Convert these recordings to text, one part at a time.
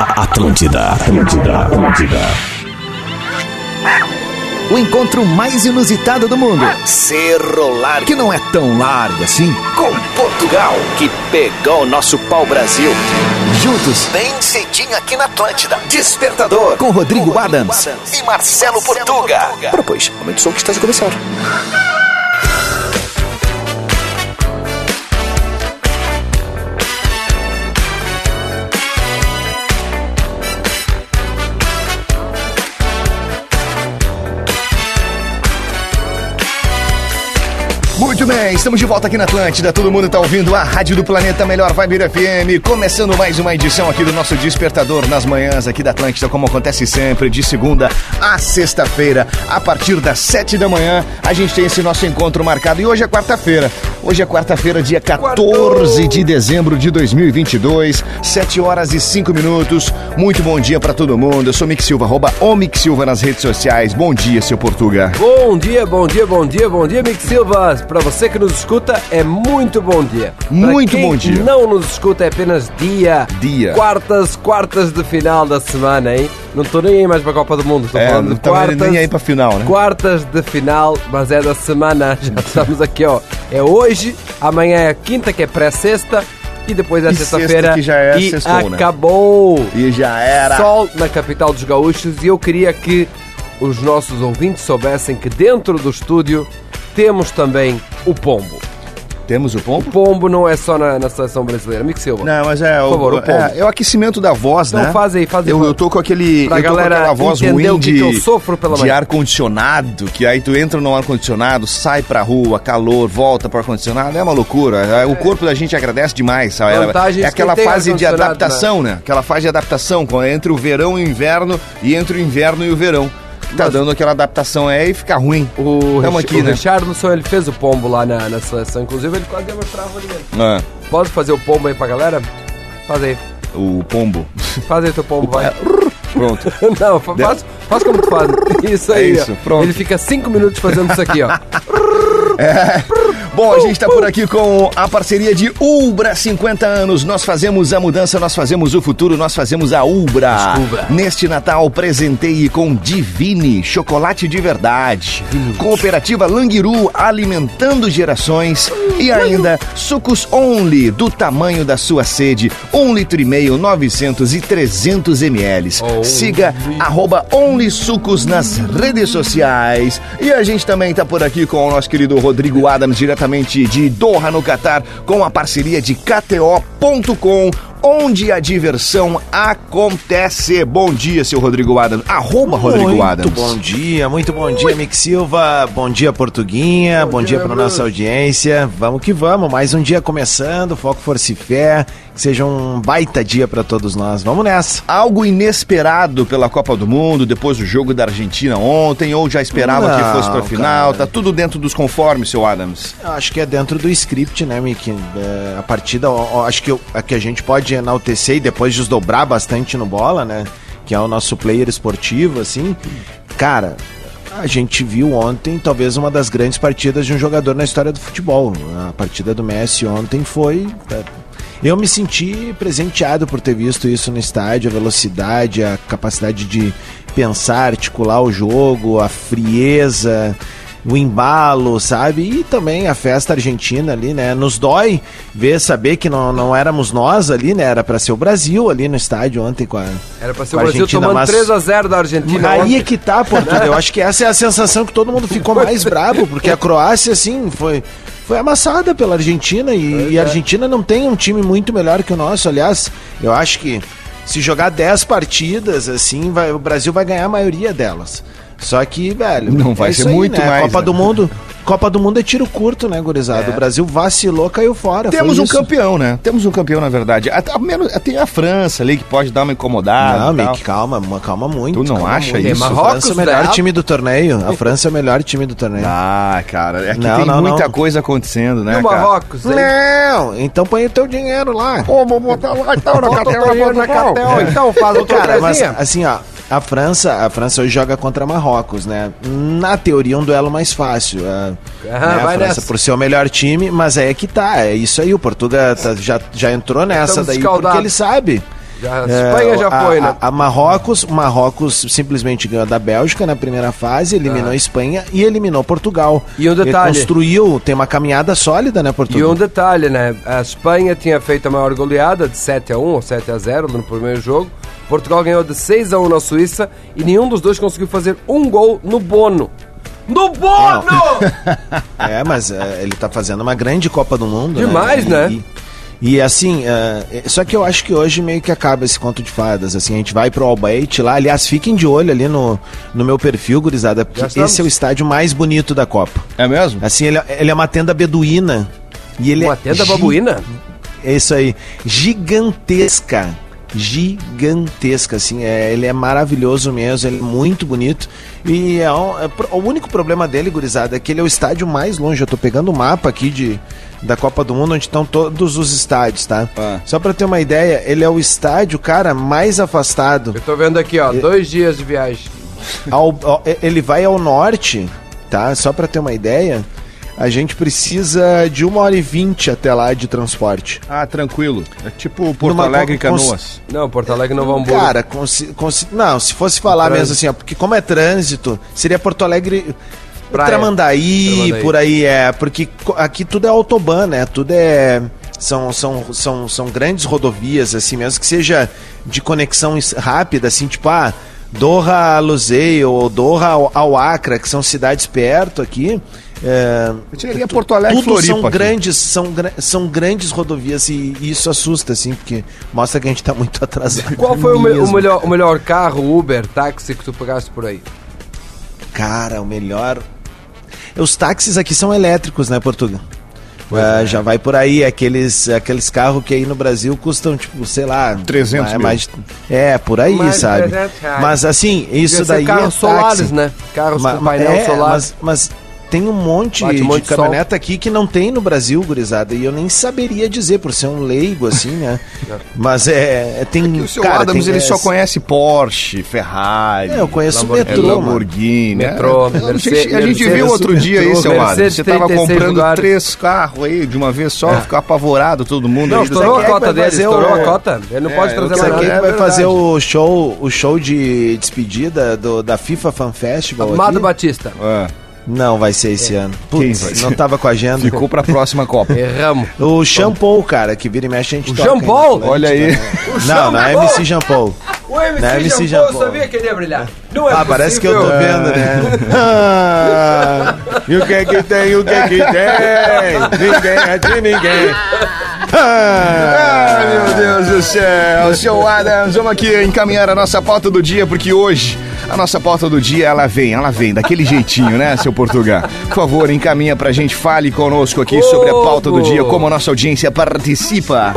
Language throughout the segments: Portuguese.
Atlântida, Atlântida, Atlântida. O encontro mais inusitado do mundo. Cerro Largo, que não é tão largo assim. Com Portugal, que pegou o nosso pau-brasil. Juntos, Bem cedinho aqui na Atlântida. Despertador. com Rodrigo Adams. E Marcelo Portuga. Ora, pois, momento som que está a começar. Muito bem, estamos de volta aqui na Atlântida. Todo mundo está ouvindo a Rádio do Planeta Melhor Vibe FM. Começando mais uma edição aqui do nosso Despertador nas manhãs aqui da Atlântida, como acontece sempre, de segunda a sexta-feira, a partir das sete da manhã. A gente tem esse nosso encontro marcado e hoje é quarta-feira. Hoje é quarta-feira, dia 14 de dezembro de 2022, 7 horas e 5 minutos. Muito bom dia para todo mundo. Eu sou Mick Silva, arroba o Mick Silva nas redes sociais. Bom dia, seu Portuga. Bom dia, bom dia, bom dia, bom dia, Mick Silva. Para você que nos escuta, é muito bom dia. Pra Muito quem bom dia. não nos escuta, é apenas dia. Dia. Quartas, quartas de final da semana, hein? Não tô nem aí mais pra Copa do Mundo, tô É, falando não de tamo quartas. nem aí pra final, né? Quartas de final, mas é da semana. Já estamos aqui, ó. É hoje, amanhã é quinta, que é pré-sexta. E depois é E sexta, sexta-feira. que já é e sextou, né? acabou. E já era. Sol na capital dos gaúchos e eu queria que os nossos ouvintes soubessem que dentro do estúdio temos também o Pombo. Temos o pombo? Pombo não é só na, na seleção brasileira. Mico Silva. Não, mas é, Por o, favor, o pombo. é, é o aquecimento da voz, Então né? faz aí, faz aí, eu, mano. eu tô com aquele. Pra eu tô com galera aquela voz entender ruim o que de, que eu sofro pela de manhã. ar-condicionado, que aí tu entra no ar-condicionado, sai pra rua, calor, volta pro ar-condicionado. É uma loucura. É, O corpo da gente agradece demais. Sabe? É- Vantagens É aquela que tem fase de ar-condicionado, adaptação, né? Aquela fase de adaptação, quando é entre o verão e o inverno, e entre o inverno e o verão. Tá dando aquela adaptação aí e fica ruim. O, É Tamo Rich- aqui, o né? Richarlson, ele fez o pombo lá na, na seleção. Inclusive, ele quase deu uma trava ali dentro. Ah, Pode fazer o pombo aí pra galera? Faz aí. o pombo. Faz aí teu pombo, vai. Pronto. Não, fa- faz, faz como tu faz. Isso É aí. isso, ó. pronto. Ele fica cinco minutos fazendo isso aqui, ó. Bom, a gente tá por aqui com a parceria de Ubra 50 anos. Nós fazemos a mudança, nós fazemos o futuro, nós fazemos a Ubra. Descubra. Neste Natal, presenteie com Divine, chocolate de verdade. Cooperativa Langiru, alimentando gerações. E ainda, sucos Only, do tamanho da sua sede. 1 litro e meio, 900 e 300 ml. Siga arroba Only Sucos nas redes sociais. E a gente também tá por aqui com o nosso querido Rodrigo Adams, diretamente de Doha, no Catar, com a parceria de KTO.com. Onde a diversão acontece. Bom dia, seu Rodrigo Adams. Arroba Rodrigo muito Adams. bom dia, muito bom dia, Mick Silva. Bom dia, Portuguinha. Bom, dia, para nossa audiência. Vamos que vamos. Mais um dia começando. Foco, força e fé. Que seja um baita dia para todos nós. Vamos nessa. Algo inesperado pela Copa do Mundo, depois do jogo da Argentina ontem, ou já esperava que Não, fosse pra final. cara. Tá tudo dentro dos conformes, seu Adams. Eu Acho que é dentro do script, né, Mick? É, a partida, ó, ó, acho que, eu- a que a gente pode enaltecer e depois desdobrar bastante no bola, né? Que é o nosso player esportivo, assim. Cara, a gente viu ontem talvez uma das grandes partidas de um jogador na história do futebol. A partida do Messi ontem foi. é, eu me senti presenteado por ter visto isso no estádio, a velocidade, a capacidade de pensar, articular o jogo, a frieza, o embalo, sabe? E também a festa argentina ali, né? Nos dói ver, saber que não, não éramos nós ali, né? Era pra ser o Brasil ali no estádio ontem com a Era pra ser com o a Brasil Argentina, tomando mas- 3x0 da Argentina. Aí ontem. é que tá, Portugal. Eu acho que essa é a sensação que todo mundo ficou mais brabo, porque a Croácia, assim, foi, foi amassada pela Argentina e, é. e a Argentina não tem um time muito melhor que o nosso. Aliás, eu acho que se jogar 10 partidas, assim, vai- o Brasil vai ganhar a maioria delas. Só que, velho. é Não vai isso ser muito mais, Copa né? É. do Mundo. Copa do Mundo é tiro curto, né, gurizada? O Brasil vacilou, caiu fora. foi Temos um Tá isso. campeão, né? Temos um campeão, na verdade. Até- ao menos- Tem a França ali que pode dar uma incomodada. Não, e tal. Mick, calma, ma- calma muito. Tu não calma acha muito. isso? né? A França é o melhor Marrocos, time do torneio. A França é o melhor time do torneio. Ah, cara, aqui Não, tem não, muita não. coisa acontecendo, né, No cara? Marrocos, é hein? Não, então põe o teu dinheiro lá. Ô, vou botar lá, então, na Bota o cartela, torneio bota na no pau. Catel, É. então faz outra Cara, mas coisinha. assim, ó, a França, a França hoje joga contra Marrocos, né? Na teoria, um duelo mais fácil. é, né? A Ah, vai França nessa. por ser o melhor time, mas aí é que tá, é isso aí. O Portuga tá- já, já entrou nessa Estamos daí, escaldados. porque ele sabe. Já- É, Espanha já a- foi, a, né? A Marrocos, Marrocos simplesmente ganhou da Bélgica na primeira fase, eliminou a Espanha e eliminou Portugal. Ah. E um detalhe- Ele construiu, tem uma caminhada sólida, né, E um Portugal? detalhe, né? A Espanha tinha feito a maior goleada de 7 a 1 ou 7 a 0 no primeiro jogo. Portugal ganhou de 6 a 1 na Suíça e nenhum dos dois conseguiu fazer um gol no Bono. No Bono! É, mas é, ele tá fazendo uma grande Copa do Mundo. Demais, E- né? E, e, assim, é, é, só que eu acho que hoje meio que acaba esse conto de fadas. Assim, a gente vai pro Albait lá. Aliás, fiquem de olho ali no, no meu perfil, gurizada, porque Já estamos. esse é o estádio mais bonito da Copa. É mesmo? Assim, ele, é- ele é uma tenda beduína. E ele Uma é gi- tenda babuína? É isso aí. Gigantesca. Gigantesca, assim. É, ele é maravilhoso mesmo, ele é muito bonito. E é um- é pro- o único problema dele, gurizada, é que ele é o estádio mais longe. Eu tô pegando o mapa aqui de, da Copa do Mundo, onde estão todos os estádios, tá? Ah. Só pra ter uma ideia, ele é o estádio, cara, mais afastado. Eu tô vendo aqui, ó, dois dias de viagem. Ao- ao- ele vai ao norte, tá? Só pra ter uma ideia, a gente precisa de uma hora e vinte até lá de transporte. Ah, tranquilo. É tipo Porto Numa Alegre e con- cons- Canoas. Não, Porto Alegre não vamos Cara, consi- consi- não, se fosse falar mesmo assim, ó, porque como é trânsito, seria Porto Alegre. Praia. Tramandaí, Tramandaí. por aí é, porque co- aqui tudo é autobahn, né? Tudo é são, são, são, são grandes rodovias assim, mesmo que seja de conexão is- rápida assim, tipo ah, Doha a Luseio ou Doha ao- ao Acre, que são cidades perto aqui. É, Eu tiraria Porto Alegre e tudo são Floripa aqui. grandes, são, gra- são grandes rodovias e, e isso assusta, assim, porque mostra que a gente tá muito atrasado. Qual foi o, me- o mesmo. melhor, o melhor carro, Uber, táxi que tu pagaste por aí? Cara, o melhor. Os táxis aqui são elétricos, né, Portugal? Ah, é. Já vai por aí, aqueles, aqueles carros que aí no Brasil custam, tipo, sei lá. 300 mais, mil. mais- É, por aí, Mais de sabe? 300 reais. Mas assim, isso Devia ser daí. é carros solares, táxi. né? Carros Ma- com painel é, solar. Mas, mas tem um monte Bate um de monte de sol. caminhoneta aqui que não tem no Brasil, gurizada. E eu nem saberia dizer, por ser um leigo assim, né? mas é. é- Tem. E o seu cara, Adams, tem- ele é, só conhece Porsche, Ferrari. É, eu conheço o É Lamborghini. metrô, mano. Lamborghini. né? Metrô, A gente- Mercedes- a gente Mercedes- viu outro dia aí, metrô, seu Adams. Mercedes, Você tava 36 comprando lugares. É. três carros aí de uma vez só, ficar apavorado todo mundo. Não, aí, estourou a Zac daqui- cota vai dele, fazer estourou o- a cota. Ele não É, pode eu trazer sei mais Sabe quem é nada. que é vai verdade. fazer o show, o show de despedida do, da FIFA Fan Festival? Amado aqui? Batista. É, Não vai ser É. esse ano. Quem vai Putz, ser? não tava com a agenda. ficou pra próxima Copa. Erramos. O Jean Paul, cara, que vira e mexe a gente O toca Jean aí, Paul? né? Olha aí. Não, não é Jean Paul? MC Jean Paul. O MC, Né, MC Jean Paul Jean Paul. sabia que ele ia brilhar. Não é Ah, parece que eu tô possível. É. vendo, né? Ah, e o que é que tem? O que é que tem? Ninguém é de ninguém. Ah, meu Deus do céu. Seu Adams, vamos aqui encaminhar a nossa pauta do dia, porque hoje a nossa pauta do dia, ela vem, ela vem, daquele jeitinho, né, seu Portugal? Por favor, encaminha pra gente, fale conosco aqui sobre a pauta do dia, como a nossa audiência participa.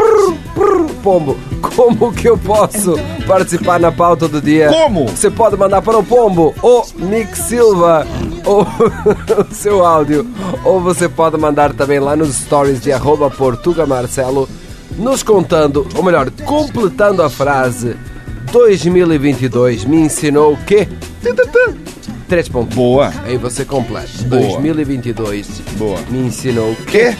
Pombo, como que eu posso participar na pauta do dia? Como? Você pode mandar para o Pombo, o Nick Silva, ou o seu áudio. Ou você pode mandar também lá nos stories de arroba Portuga Marcelo, nos contando, ou melhor, completando a frase 2022 me ensinou o quê? Três pontos. Boa. Aí você completa. Boa. 2022 Boa. me ensinou o quê? quê?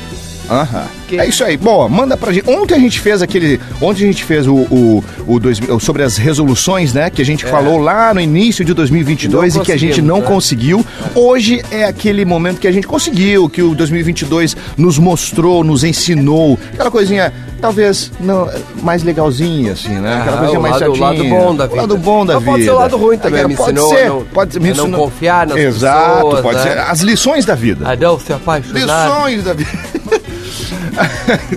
Aham. Quê? É isso aí. Bom, manda pra gente. Ontem a gente fez aquele. Ontem a gente fez o, o, o dois, o- sobre as resoluções, né? Que a gente falou lá no início de 2022 É. Não e que a gente conseguimos, não né? conseguiu. Hoje é aquele momento que a gente conseguiu, que o 2022 nos mostrou, nos ensinou. Aquela coisinha, talvez, não, mais legalzinha, assim, né? Aquela Ah, coisinha o mais lado- o chatinha. lado bom da vida. O lado bom da Mas vida. É, pode ser o lado ruim também, me pode ensinou a Ser, não- pode ser, a não confiar nas Exato, pessoas, pode né? ser. As lições da vida. Adão, se apaixonar. Lições da vida.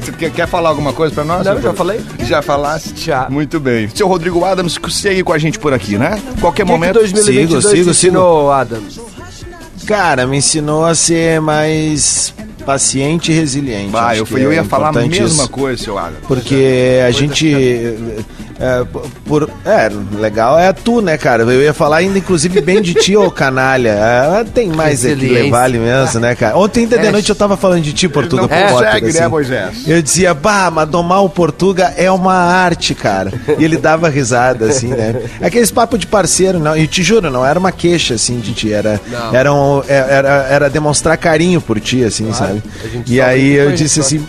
tu quer, quer falar alguma coisa pra nós? Não, eu já falei. Já falaste? Já. Muito bem. Seu Rodrigo Adams, segue com a gente por aqui, né? Qualquer O que é que momento. 2022 Sigo, sigo, te ensinou, Adams? Cara, me ensinou a ser mais paciente e resiliente. Ah, Acho eu, que fui- eu é ia falar a importante mesma isso. coisa, seu Adams. Porque a gente. É, por, é, legal é tu, né, cara? Eu ia falar ainda, inclusive, bem de ti, ô canalha. Ah, tem mais aqui que Resiliência. É. levar ali mesmo, né, cara? Ontem ainda de noite eu tava falando de ti, Portuga. Não pro Potter, consegue, né, assim. Moisés? Eu dizia, bah, mas domar o Portuga é uma arte, cara. E ele dava risada, assim, né? Aqueles papo de parceiro, não. E te juro, não era uma queixa, assim, de ti. Era, Não. era, um- é- era, era demonstrar carinho por ti, assim, sabe? a gente E só aí brinca com eu isso, disse só. assim.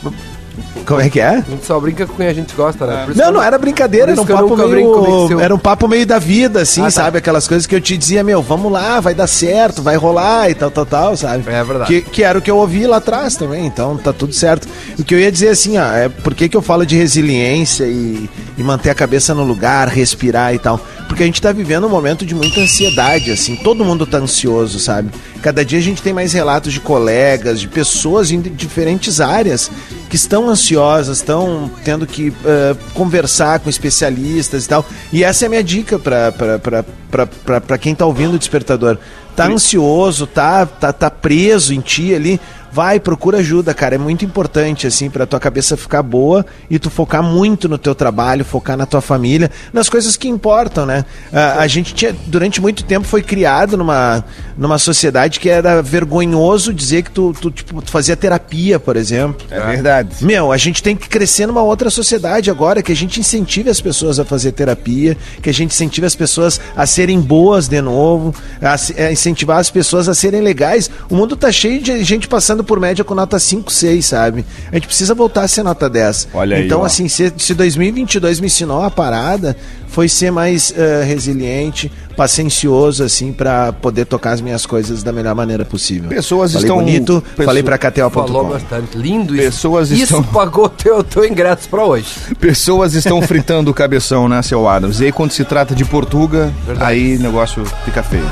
Como é que é? A gente só brinca com quem a gente gosta, né? Por isso Não, que não eu- era brincadeira, por era um isso que eu papo nunca brinco com o meio. Mixil. Era um papo meio da vida, assim, Ah, tá. sabe? Aquelas coisas que eu te dizia, meu, vamos lá, vai dar certo, vai rolar e tal, tal, tal, sabe? É verdade. Que, que era o que eu ouvi lá atrás também, então tá tudo certo. O que eu ia dizer assim, ó, é por que, que eu falo de resiliência e, e manter a cabeça no lugar, respirar e tal? Porque a gente tá vivendo um momento de muita ansiedade, assim, todo mundo tá ansioso, sabe? Cada dia a gente tem mais relatos de colegas, de pessoas em diferentes áreas que estão ansiosas, estão tendo que eh, conversar com especialistas e tal. E essa é a minha dica pra- pra- pra pra- pra pra quem tá ouvindo o despertador. Tá ansioso, tá, tá, tá preso em ti ali, vai, procura ajuda, cara. É muito importante, assim, pra tua cabeça ficar boa e tu focar muito no teu trabalho, focar na tua família, nas coisas que importam, né? Ah, a gente tinha, durante muito tempo foi criado numa, numa sociedade que era vergonhoso dizer que tu, tu, tipo, tu fazia terapia, por exemplo. É verdade. Meu, a gente tem que crescer numa outra sociedade agora, que a gente incentive as pessoas a fazer terapia, que a gente incentive as pessoas a serem boas de novo, a, se- a incentivar as pessoas a serem legais. O mundo tá cheio de gente passando por média com nota 5, 6, sabe? A gente precisa voltar a ser nota 10. Olha aí, então, ó. assim, se, se 2022 me ensinou uma parada, foi ser mais eh, resiliente, paciencioso, assim, pra poder tocar as minhas coisas da melhor maneira possível. Pessoas falei estão- bonito, Pesso- falei pra KTO.com. Falou bastante. Lindo isso. Pessoas isso estão- pagou teu, teu ingresso pra hoje. Pessoas estão fritando o cabeção, né, seu Adams? E aí, quando se trata de Portuga, aí o negócio fica feio.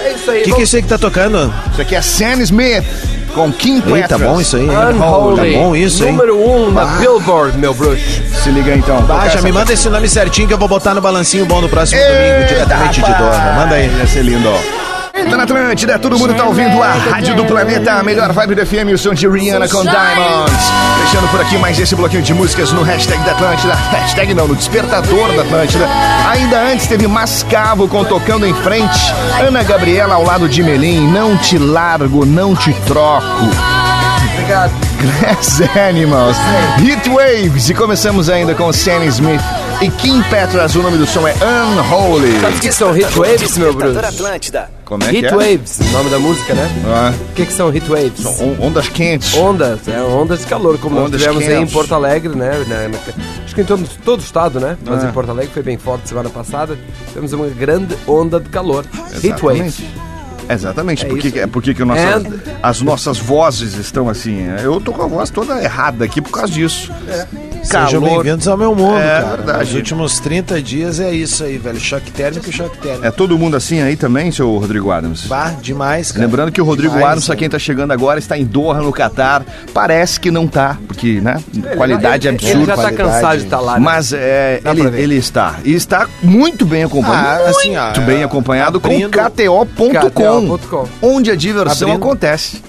É isso aí. O que, que é isso aí que tá tocando? Isso aqui é Sam Smith com Kim Ei, tá Petras. bom isso aí? hein? Unholy. Tá bom isso, hein? Número 1 um na Billboard, meu bruxo. Se liga então. Ah, Toca já essa- me manda esse nome certinho que eu vou botar no balancinho bom no próximo domingo, diretamente de Doha. Manda aí. Ia ser lindo, ó. Tá na Atlântida, todo mundo tá ouvindo a Rádio do Planeta, a melhor vibe do FM, o som de Rihanna com Diamonds. Fechando por aqui mais esse bloquinho de músicas no hashtag da Atlântida, hashtag não, no despertador da Atlântida. Ainda antes teve Mascavo com Tocando em Frente, Ana Gabriela ao lado de Melim, Não Te Largo, Não Te Troco. Obrigado. Glass Animals, Heat Waves e começamos ainda com Sam Smith e Kim Petras, o nome do som é Unholy. Sabe o que são hit waves, meu bruxo? Atlântida. Como é Hit waves, o nome da música, né? Ah, O que, que são hit waves? on- ondas Um, quentes. Ondas, é ondas de calor, como Ondas nós tivemos aí em quentes. Porto Alegre, né? Na- na- acho que em todo, todo o estado, né? Mas em Porto Alegre foi bem forte semana passada. Tivemos uma grande onda de calor. Heat waves. Exatamente. Exatamente, É por isso que- aí. é porque que nossas- And- as nossas vozes estão assim. né? Eu tô com a voz toda errada aqui por causa disso. Sejam bem-vindos ao meu mundo, É cara. verdade. Nos últimos 30 dias é isso aí, velho. Choque térmico e choque térmico. É todo mundo assim aí também, seu Rodrigo Adams? Bah, demais, cara. Lembrando que o Rodrigo Demais, Adams, pra quem tá chegando agora, está em Doha, no Catar. Parece que não tá, porque, né? qualidade ele, absurda. Ele já tá qualidade. cansado de estar lá. né? Mas é, Dá pra ele, ver. ele está. E está muito bem acompanhado. Ah, assim, ah, muito bem ah, acompanhado abrindo- com KTO.com. KTO.com. Onde a diversão Abrindo- acontece.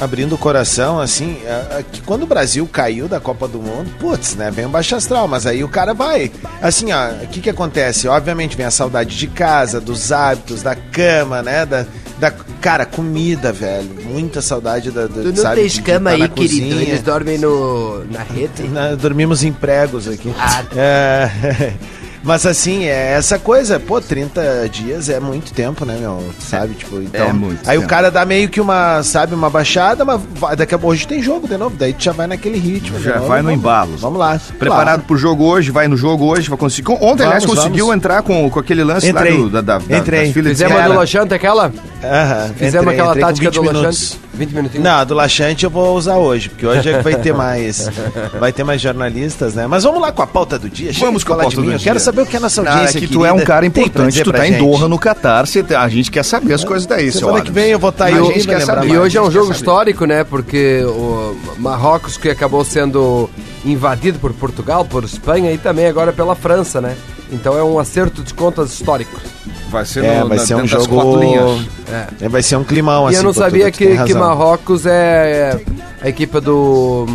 abrindo o coração, assim, a- a- que quando o Brasil caiu da Copa do Mundo, putz, né? Vem o baixo astral, mas aí o cara vai. Assim, ó, o que que acontece? Obviamente vem a saudade de casa, dos hábitos, da cama, né? Da, da cara, comida, velho. Muita saudade da. da Tu não sabe, tens de- de cama tá na aí, querido. cozinha. Eles dormem no, na rede. Na- dormimos em pregos aqui. Ah. É, mas assim, é essa coisa, pô, 30 dias é muito tempo, né, meu? Sabe, tipo, então. É muito aí o tempo. cara dá meio que uma, sabe, uma baixada, mas vai- daqui a pouco hoje tem jogo de novo, daí tu já vai naquele ritmo. Já de novo, vai no vamos- embalo. Vamos lá. Preparado pro jogo hoje, vai no jogo hoje. Vai conseguir... Ontem, aliás, Vamos, conseguiu vamos. entrar com, com aquele lance Entrei. lá do, da, da, da, Entrei. das filas de Fizemos a do espera. Laxante aquela? Aham, Fizemos entrei- aquela entrei com tática 20 do minutos. Laxante? 20 minutinhos. Não, a do laxante eu vou usar hoje, porque hoje é que vai ter mais. vai ter mais jornalistas, né? Mas vamos lá com a pauta do dia. Chega Vamos de com a falar de pauta mim, do Eu dia. quero saber o que a nossa Não, é audiência que tu é um querida cara tem pra importante, dizer tu pra tá em gente. Doha, no Catar. cê tá- A gente quer saber as coisas daí, seu Semana Adams. que vem eu vou estar aí A hoje, gente vai quer lembrar saber. E mais. hoje é um Quer jogo saber. histórico, né? Porque o Marrocos que acabou sendo invadido por Portugal, por Espanha e também agora pela França, né? Então é um acerto de contas histórico. Vai ser, É, no, vai na- ser um dentro das jogo. quatro linhas. É, vai ser um climão E assim. eu não Portugal, sabia tu tem que, que razão. Marrocos é a equipe do,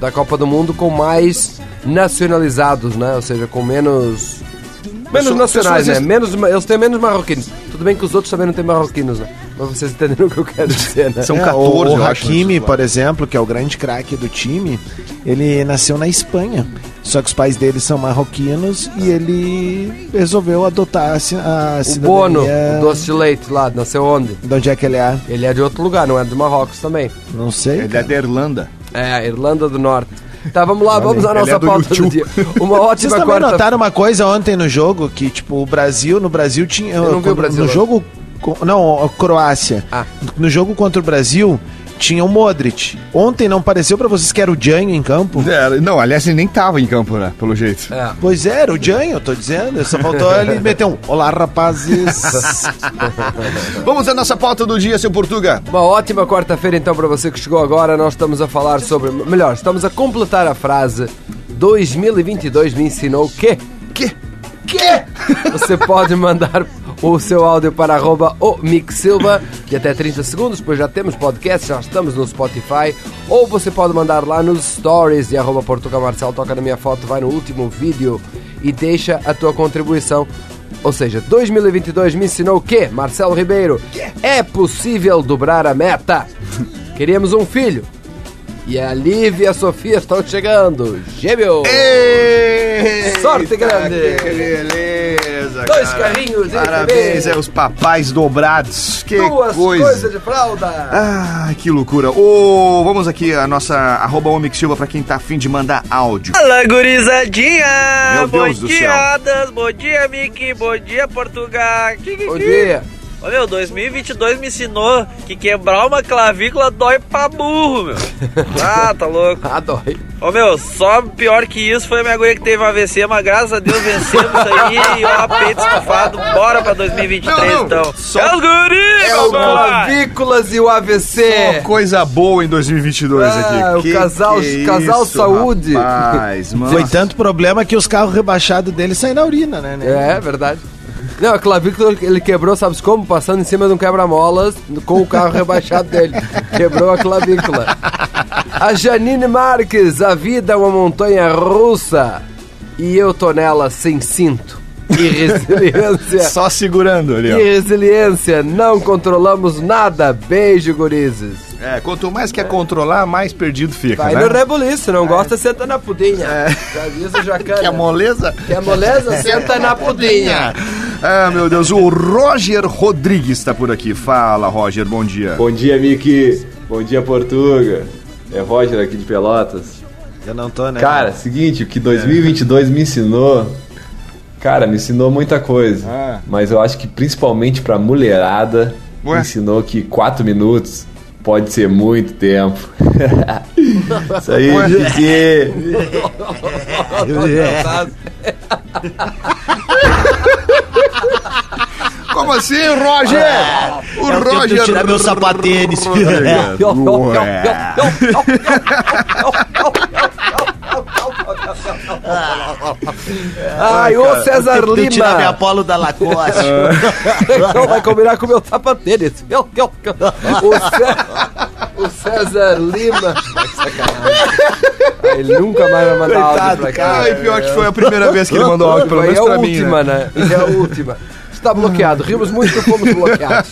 da Copa do Mundo com mais nacionalizados, né? Ou seja, com menos. Menos Pessoa- nacionais, né? pessoas- Menos, ma- eles têm menos marroquinos. Tudo bem que os outros também não têm marroquinos, né? Mas vocês entenderam o que eu quero dizer, né? São É, 14, o, eu o acho, Hakimi, né? por exemplo, que é o grande craque do time, ele nasceu na Espanha. Só que os pais dele são marroquinos e ele resolveu adotar a, ci- a O cidadania Bono, o doce de leite lá, nasceu onde? de onde é que ele é? Ele é de outro lugar, não é do Marrocos também. Não sei. Ele é da Irlanda. É, Irlanda do Norte. Tá, vamos lá, vamos à ele nossa é do pauta do YouTube. dia. Uma Vocês ótima também quarta notaram uma coisa ontem no jogo que, tipo, o Brasil, no Brasil tinha. não vi o no Brasil hoje. jogo. co- Não, a Croácia. Ah. No jogo contra o Brasil, tinha o Modric. Ontem não pareceu pra vocês que era o Janho em campo? É, não, aliás, ele nem tava em campo, né? Pelo jeito. É. Pois é, era o Janho, eu tô dizendo. Só faltou ele meter um. Olá, rapazes. É. Vamos à nossa pauta do dia, seu Portuga. Uma ótima quarta-feira então para você que chegou agora. Nós estamos a falar sobre, melhor, estamos a completar a frase 2022 me ensinou que Que? Que? você pode mandar o seu áudio para arroba o Mick Silva de até 30 segundos, pois já temos podcast, já estamos no Spotify, ou você pode mandar lá nos stories de arroba Portugal Marcel, toca na minha foto, vai no último vídeo e deixa a tua contribuição. Ou seja, 2022 me ensinou que, Marcelo Ribeiro, é possível dobrar a meta. Queríamos um filho. E a Lívia e a Sofia estão chegando. Gêmeo! Sorte grande! Que beleza, Dois cara. carrinhos, hein, Parabéns bebê? aos É, papais dobrados. Que Duas coisa. coisas de fralda! Ah, que loucura. Ô, vamos aqui, a nossa arroba Omix Silva pra quem tá afim de mandar áudio. Fala, gurizadinha! Meu Deus bom do dia, céu. Adas! Bom dia, Mickey! Bom dia, Portugal! Que, É, que, Bom que? dia! Ô, meu, 2022 me ensinou que quebrar uma clavícula dói pra burro, meu! Ah, tá louco! Ah, dói. Ô, meu, só pior que isso foi a minha guria que teve AVC, mas graças a Deus vencemos isso aí e ó, peito estufado, bora pra 2023 Não, não, então! só- É os guris, É meu os mano. Clavículas e o Só AVC. coisa boa em 2022 Ah, aqui. é o casal- casal saúde. Rapaz, mano. Foi tanto problema que os carros rebaixados dele saem na urina, né? né? É, é verdade. Não, a clavícula ele quebrou, sabes como? Passando em cima de um quebra-molas com o carro rebaixado dele. Quebrou a clavícula. A Janine Marques, a vida é uma montanha russa. E eu tô nela sem cinto. E resiliência. Só segurando ali, e ó. resiliência. Não controlamos nada. Beijo, gurizes. É, quanto mais quer controlar, mais perdido fica, Vai né? no rebuliço, não gosta, senta na pudinha. Já diz o Jacana. É. Que é moleza? É. Quer moleza? Senta na pudinha. Ah, meu Deus, o Roger Rodrigues tá por aqui. Fala, Roger, bom dia. Bom dia, Miki. Bom dia, Portuga. É Roger aqui de Pelotas. Eu não tô, né? Cara, seguinte, o que 2022 me ensinou. Cara, me ensinou muita coisa. Ah. Mas eu acho que principalmente pra mulherada, Ué? me ensinou que 4 minutos pode ser muito tempo. Isso aí, Miki. Como assim, Roger? o eu tento Roger. tirar meu sapatênis. É, Rodrigues. Ué. Ai, ô César Tem que tirar minha Lima. polo da Lacoste. Não vai combinar com o meu sapatênis. Meu, meu, meu. O, Cé- o César Lima. Ai, Ele nunca mais vai mandar áudio pra cá. Ai, pior que foi a primeira vez que ele mandou áudio, pelo É. Foi menos a pra mim. última, né? né? É a última. Está bloqueado. Rimos muito, fomos bloqueados.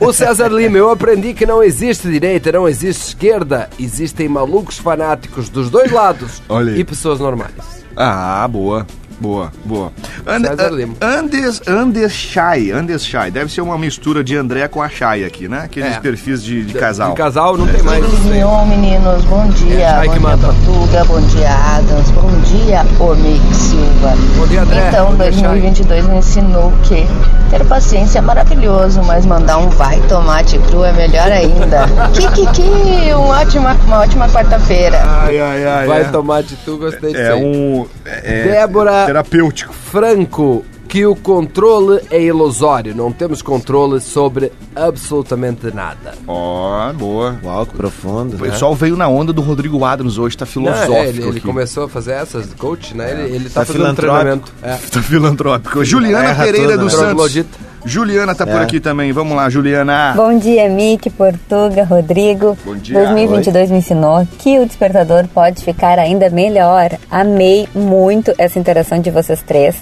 O César Lima, eu aprendi que não existe direita, não existe esquerda. Existem malucos fanáticos dos dois lados Olha aí. e pessoas normais. Ah, boa. Boa, boa. And, César a- Lima. Andes, Andes Shai, Andes Shai. Deve ser uma mistura de André com a Shai aqui, né? Aqueles É. perfis de, de casal. De casal não tem mais. Ô meninos, bom dia. É, Chay bom que dia, manda. Portuga, bom dia, Adams. Bom dia, Omix Silva. Bom dia, André. Então, Bom dia, Chay. 2022 me ensinou que ter paciência é maravilhoso, mas mandar um vai tomate cru é melhor ainda. que, que, que, um ótima, uma ótima quarta-feira. Ai, ai, ai. Vai é. tomar de tu, gostei de É ser. um. É, é Débora terapêutico. Franco, que o controle é ilusório. Não temos controle sobre absolutamente nada. Ó, boa. Uau, que profundo. O pessoal veio na onda do Rodrigo Adams hoje, tá Não, filosófico. é, ele, ele aqui. começou a fazer essas coach, né? Ele, ele tá, Tá fazendo filantrópico. treinamento. É. Tá filantrópico. Juliana Erra Pereira tudo, dos né? Santos. Troglodita. Juliana tá por É. aqui também. Vamos lá, Juliana. Bom dia, Mick, Portuga, Rodrigo. Bom dia. 2022 me ensinou que o despertador pode ficar ainda melhor. Amei muito essa interação de vocês três.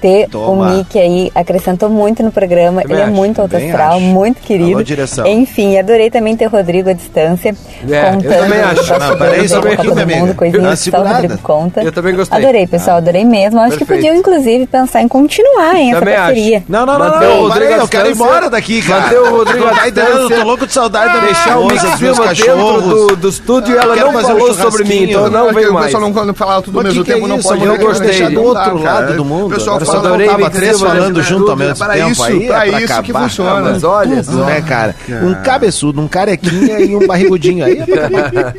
ter Toma. o Mick aí acrescentou muito no programa. Também Ele é acho, muito alto também astral, acho. muito querido. Alô, direção. Enfim, adorei também ter o Rodrigo à distância. É, eu contando também acho. bastidores Não, peraí, só um pra pouquinho, minha todo mundo, amiga. coisinhas Dá uma que só o Rodrigo segurada. conta. Eu também gostei. Adorei, pessoal, adorei mesmo. Acho que Perfeito. podiam, inclusive, pensar em continuar hein, essa Também acho. parceria. Não, não, não, não, Manter o não, Rodrigo peraí, à eu quero ir distância. embora daqui, cara. Manter o Rodrigo Não à tá entendendo, eu distância. tô louco de saudade da minha Deixar o Mix esposa, dos meus Silva dentro cachorros. do, do estúdio e ela quero não fazer um falou sobre mim, churrasquinho. então não veio O mais. pessoal não quando falar tudo ao Mas mesmo que que é tempo, não isso, pode amor? Eu reclamar, gostei. deixa Do não outro dá, Ah, cara. lado do mundo. O pessoal Agora só fala, adorei não, tava Mix três Silva, falando né? junto ao mesmo Para tempo isso- aí, para é pra isso que acabar. funciona. Ah, Mas olha Não só. é, cara? Um cabeçudo, um carequinha e um barrigudinho aí. é pra acabar.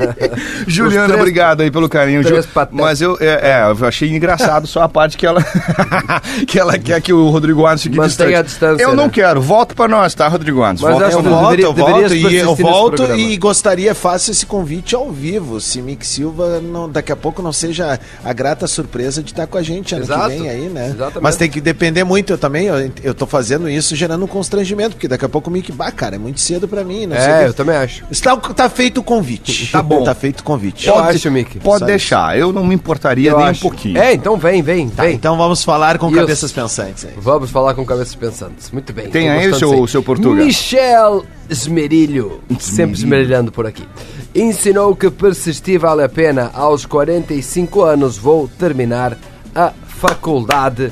Juliana, obrigado aí pelo carinho, Ju. três patetas. Mas eu, é, é, eu achei engraçado só a parte que ela, que ela quer que o Rodrigo Arnes fique Mantenha distante. a distância, eu não né? quero. Volta pra nós, tá, Rodrigo Arnes? Mas Volta acho pra Eu que nós. volto, deveria- eu volto deveria e persistir eu nesse volto programa. e gostaria, faço esse convite ao vivo, se Mick Silva não, daqui a pouco não seja a grata surpresa de estar com a gente ano Exato. que vem aí, né? Exatamente. Mas tem que depender muito, eu também, eu, eu tô fazendo isso gerando um constrangimento, porque daqui a pouco o Mick, bah, cara, é muito cedo pra mim, não sei o É, que. eu também acho. Está, tá feito o convite. Tá bom. Tá feito o convite. Eu acho, Mick. Pode Só deixar, eu não me importaria Eu nem acho. um pouquinho. É, então vem, vem, Tá, vem. então vamos falar com Isso. cabeças pensantes é aí. Vamos falar com cabeças pensantes. Muito bem. Tem tô aí gostando seu- disso aí. seu Portuga? Michel Esmerilho, sempre esmerilhando por aqui. Ensinou que persistir vale a pena. Aos 45 anos vou terminar a faculdade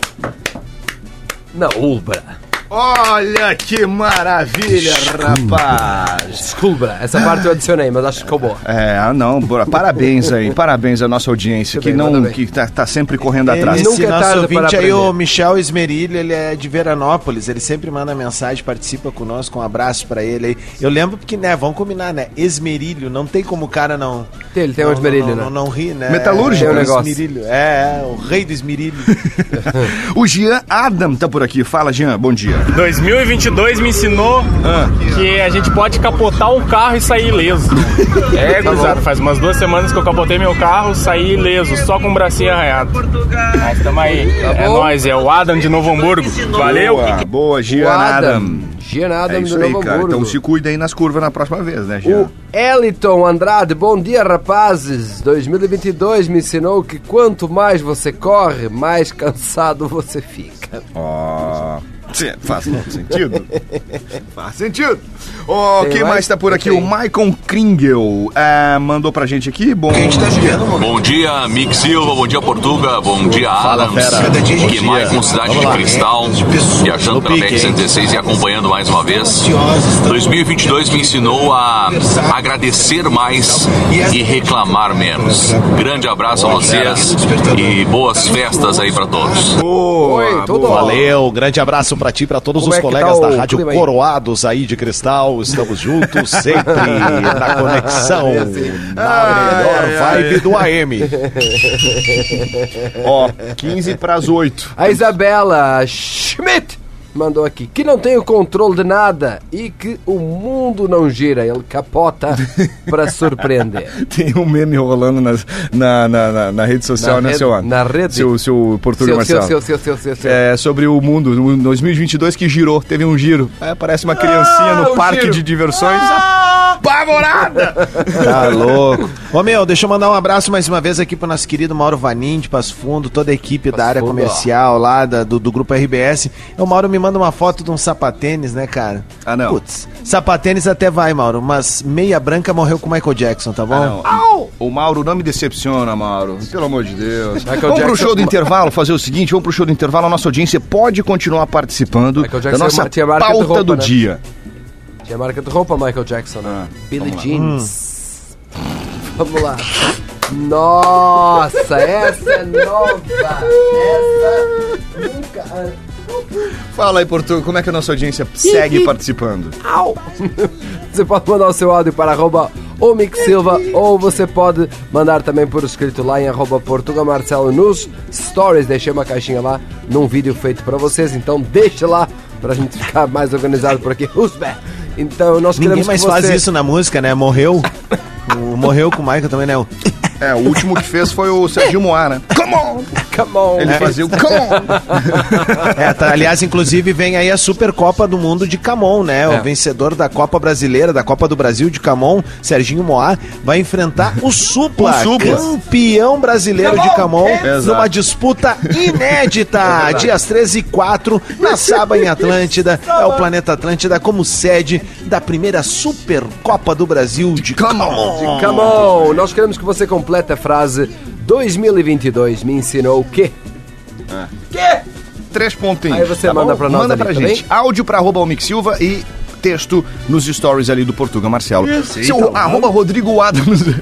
na Ulbra. Olha que maravilha, rapaz! Desculpa, essa parte eu adicionei, mas acho que ficou boa. É, ah, não, bora. parabéns aí, parabéns à nossa audiência, que bem, não, manda bem. que tá, tá sempre correndo atrás. Esse Nunca é nosso tarde ouvinte para aí, o aprender. Michel Esmerilho, ele é de Veranópolis, ele sempre manda mensagem, participa conosco, um abraço pra ele aí. Eu lembro porque, né, vamos combinar, né, Esmerilho, não tem como o cara não... Tem- ele tem não, um esmerilho, não, né? Não, não, ri, né? Metalúrgico, é, né? o negócio. Esmerilho, é, é, o rei do Esmerilho. O Jean Adam tá por aqui. Fala, Jean, bom dia. 2022 me ensinou que a gente pode capotar um carro e sair ileso. É, gozado, faz umas duas semanas que eu capotei meu carro, saí ileso, só com o bracinho arranhado. Mas tamo aí. é bom? nóis, é o Adam de Novo Hamburgo. Valeu! Boa, boa, Jean O Adam. Gian Adam É do isso aí, Novo cara. Hamburgo. Então se cuida aí nas curvas na próxima vez, né, Jean? O Eliton Andrade, bom dia rapazes. 2022 me ensinou que quanto mais você corre, mais cansado você fica. Ó. Cê- Faz sentido? Faz sentido. Ó, Tem quem mais? mais tá por aqui? Tem. O Michael Kringel é, mandou pra gente aqui. Bom, Bom dia, Mick Silva, bom dia, Portuga, bom dia, Adams, que mais com Cidade de Cristal, viajando pela BR-116 e acompanhando mais uma vez. 2022 me ensinou a agradecer mais e reclamar menos. Grande abraço a vocês e boas festas aí para todos. Oi, tudo Valeu, grande abraço pra ti, pra todos Como os é que colegas tá o da Rádio clima aí? Coroados aí de Cristal, estamos juntos sempre na conexão, na melhor vibe do AM. ó, 15 pras 8. A Isabela Schmidt mandou aqui que não tem o controle de nada e que o mundo não gira, ele capota para surpreender. Tem um meme rolando nas- na, na, na, na rede social, Na né, rede- seu Ana? na rede? Seu, seu Portuga Seu, seu, Marcelo. seu, seu, seu, seu, seu. É, sobre o mundo, o 2022 que girou, teve um giro. É, parece uma criancinha no um parque giro. de diversões. Ah! Apavorada! Tá louco. Ô meu, deixa eu mandar um abraço mais uma vez aqui pro nosso querido Mauro Vanin de Passo Fundo, toda a equipe da área Fundo, comercial lá da- do, do grupo RBS. O Mauro me manda uma foto de um sapatênis, né, cara? Ah, não. Putz, sapatênis até vai, Mauro, mas meia branca morreu com o Michael Jackson, tá bom? Ah, O Mauro não me decepciona, Mauro. Pelo amor de Deus. Michael vamos pro Jackson. show do intervalo fazer o seguinte: vamos pro show do intervalo. A nossa audiência pode continuar participando Michael da Jackson nossa tinha marca de pauta roupa, do né? dia. Tinha marca de roupa Michael Jackson, Ah, né? Billy Jeans. Hum. Vamos lá. Nossa, essa é nova. Essa nunca antes. Fala aí, Portugal, como é que a nossa audiência segue participando? Você pode mandar o seu áudio para arroba ou Mick Silva ou você pode mandar também por escrito lá em arroba Portuga Marcelo nos stories. Deixei uma caixinha lá num vídeo feito para vocês, então deixa lá para a gente ficar mais organizado por aqui. Who's back? Então nós Ninguém queremos mais que você... faz isso na música, né? Morreu. O- morreu com o Michael também, né? O- É, o último que fez foi o Serginho Moá, né? Come on! Come on. Ele fazia o come on. É, tá, aliás, inclusive vem aí a Supercopa do Mundo de Camon, né? O É. vencedor da Copa Brasileira, da Copa do Brasil de Camon, Serginho Moá, vai enfrentar o Supla, O Supla. campeão brasileiro de Camon, numa Exato. disputa inédita. É verdade. dias 13 e 4, na Saba, em Atlântida. É o Planeta Atlântida como sede da primeira Supercopa do Brasil de Camon. Come on! Nós queremos que você complete a frase 2022 me ensinou o quê? Três pontinhos. Aí você manda pra nós Manda ali, pra tá gente. Áudio pra arroba Almix Silva e texto nos stories ali do Portuga Marcelo. Isso, Seu eita, arroba Rodrigo Adams.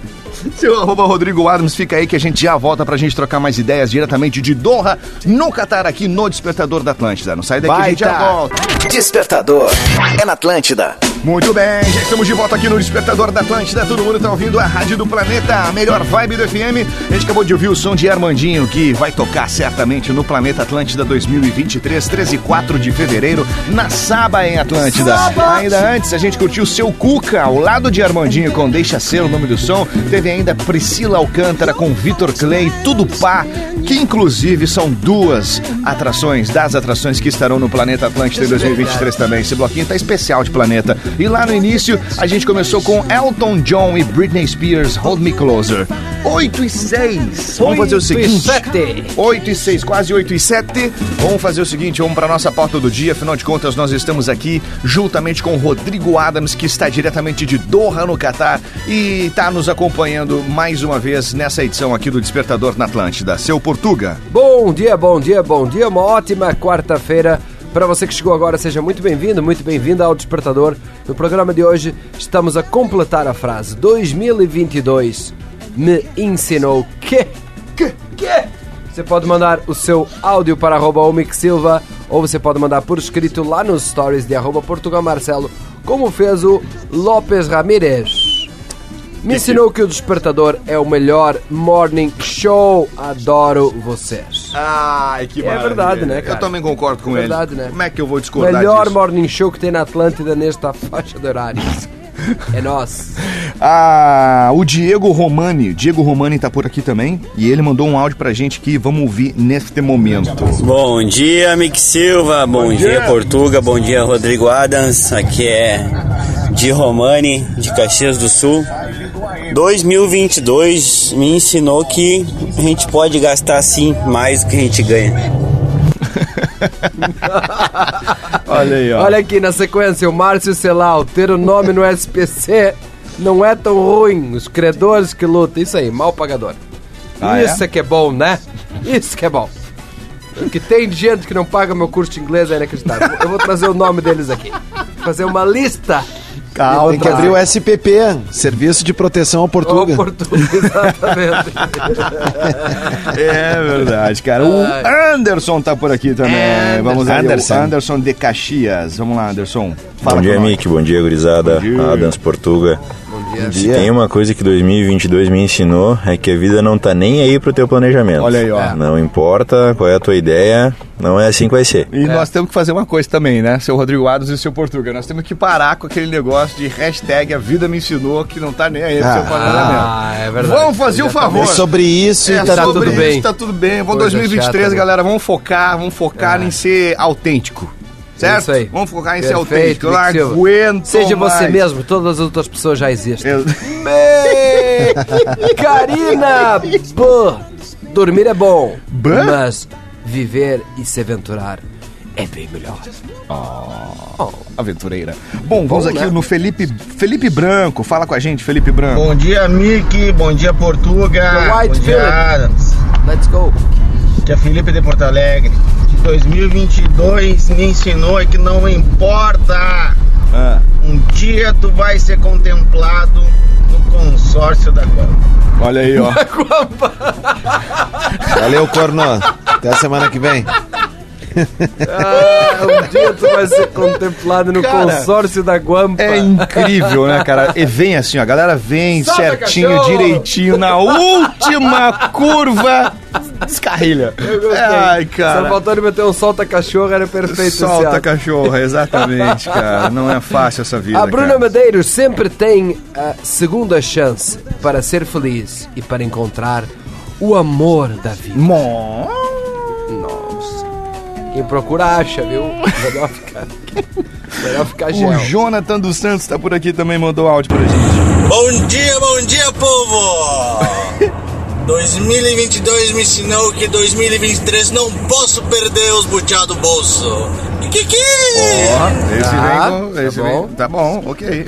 Seu arroba Rodrigo Adams, fica aí que a gente já volta pra gente trocar mais ideias diretamente de Doha, no Catar, aqui no Despertador da Atlântida. Não sai daqui, a gente tá. já volta. Despertador é na Atlântida. Muito bem, já estamos de volta aqui no Despertador da Atlântida. Todo mundo tá ouvindo a Rádio do Planeta, a melhor vibe do FM. A gente acabou de ouvir o som de Armandinho, que vai tocar certamente no Planeta Atlântida 2023, 13 e 4 de fevereiro, na Saba, em Atlântida. Ainda antes, a gente curtiu o Seu Cuca, ao lado de Armandinho, com Deixa Ser o nome do som. Teve ainda Priscila Alcântara com Vitor Clay, Tudo Pá, que inclusive são duas atrações, das atrações que estarão no Planeta Atlântida em 2023 também. Esse bloquinho tá especial de planeta. E lá no início, a gente começou com Elton John e Britney Spears, Hold Me Closer. 8 e 6. Vamos fazer o seguinte. 8 e 6, quase 8 e 7. Vamos fazer o seguinte, vamos para nossa pauta do dia. Afinal de contas, nós estamos aqui juntamente com o Rodrigo Adams, que está diretamente de Doha, no Catar, e está nos acompanhando mais uma vez nessa edição aqui do Despertador na Atlântida. Seu Portuga. Bom dia, bom dia, bom dia, uma ótima quarta-feira. Para você que chegou agora, seja muito bem-vindo, muito bem-vinda ao Despertador. No programa de hoje, estamos a completar a frase 2022 me ensinou que... Que? Que? Você pode mandar o seu áudio para arroba o Mick Silva ou você pode mandar por escrito lá nos stories de arroba Portugal Marcelo, como fez o Lopes Ramírez. Me ensinou que o Despertador é o melhor morning show. Adoro vocês. Ai, que É verdade, né, cara? Eu também concordo com É ele. verdade, né? Como é que eu vou O discordar melhor disso? morning show que tem na Atlântida nesta faixa de horário. é nós. Ah, o Diego Romani. Diego Romani tá por aqui também. E ele mandou um áudio pra gente que vamos ouvir neste momento. Bom dia, Mick Silva. Bom, dia. Portuga. Bom dia, Rodrigo Adams. Aqui é de Romani, de Caxias do Sul. 2022 me ensinou que a gente pode gastar sim mais do que a gente ganha. Olha É. aí, ó. Olha aqui na sequência, o Márcio Celal, ter o nome no SPC não é tão ruim. Os credores que lutam, isso aí, mal pagador. Ah, é? isso é que é bom, né? Isso que é bom. O que tem de gente que não paga meu curso de inglês é inacreditável. Eu vou trazer o nome deles aqui. Fazer uma lista. Calma, tem que abrir o Outra- SPP, Serviço de Proteção ao Portuga. Ô, Portuga, exatamente. É verdade, cara. O Anderson tá por aqui também. Vamos lá, Anderson. Anderson. Anderson de Caxias. Vamos lá, Anderson. bom Fala dia, com nós. Mick. Bom dia, gurizada. Adams Portuga. dia. Se Bom dia. tem uma coisa que 2022 me ensinou é que a vida não tá nem aí pro teu planejamento. Olha aí, ó. Não importa qual é a tua ideia, não é assim que vai ser. E nós temos que fazer uma coisa também, né? Seu Rodrigo Adams e seu Portuga. Nós temos que parar com aquele negócio de hashtag a vida me ensinou que não tá nem aí pro seu Ah, planejamento. é Vamos fazer um favor. É sobre isso É e tá sobre tudo isso, bem. Tá tudo bem. Vamos Coisa 2023, chata, né? galera. Vamos focar, vamos focar em ser autêntico. Certo? Isso aí. Vamos focar em ser Perfeito, é autêntico. Eu Mick Silva. aguento Seja você mais. mesmo, todas as outras pessoas já existem. Bem, Karina! Bã. Dormir é bom, mas viver e se aventurar é bem melhor. aventureira. Bom, vamos né? aqui no Felipe Felipe Branco. Fala com a gente, Felipe Branco. Bom dia, Mick. Bom dia, Portuga. The White Bom dia, Phillip. Adams. Let's go. Que é Felipe de Porto Alegre. Que 2022 me ensinou que não importa. Ah, Um dia tu vai ser contemplado no consórcio um da Copa. Olha aí, ó. Valeu, Corno. Até a semana que vem. Ah, um dia tu vai ser contemplado no Cara, consórcio da Guampa. É incrível, né, cara? E vem assim, ó, a galera vem Solta, certinho, cachorro! direitinho, na última curva, descarrilha. Eu gostei. Ai, cara. Só faltou ele meter um solta cachorro, era perfeito esse Solta ato. cachorro, exatamente, cara. Não é fácil essa vida. A Bruna é cara. Medeiros sempre tem a segunda chance para ser feliz e para encontrar o amor da vida. Quem procura acha, viu? Melhor ficar. Melhor ficar O gel. Jonathan dos Santos tá por aqui também, mandou áudio pra gente. Bom dia, bom dia, povo! 2022 me ensinou que 2023 não posso perder os butiá do bolso. Que que? Esse Ah, vem com, esse tá tá vem, bom. bom. Tá bom, ok.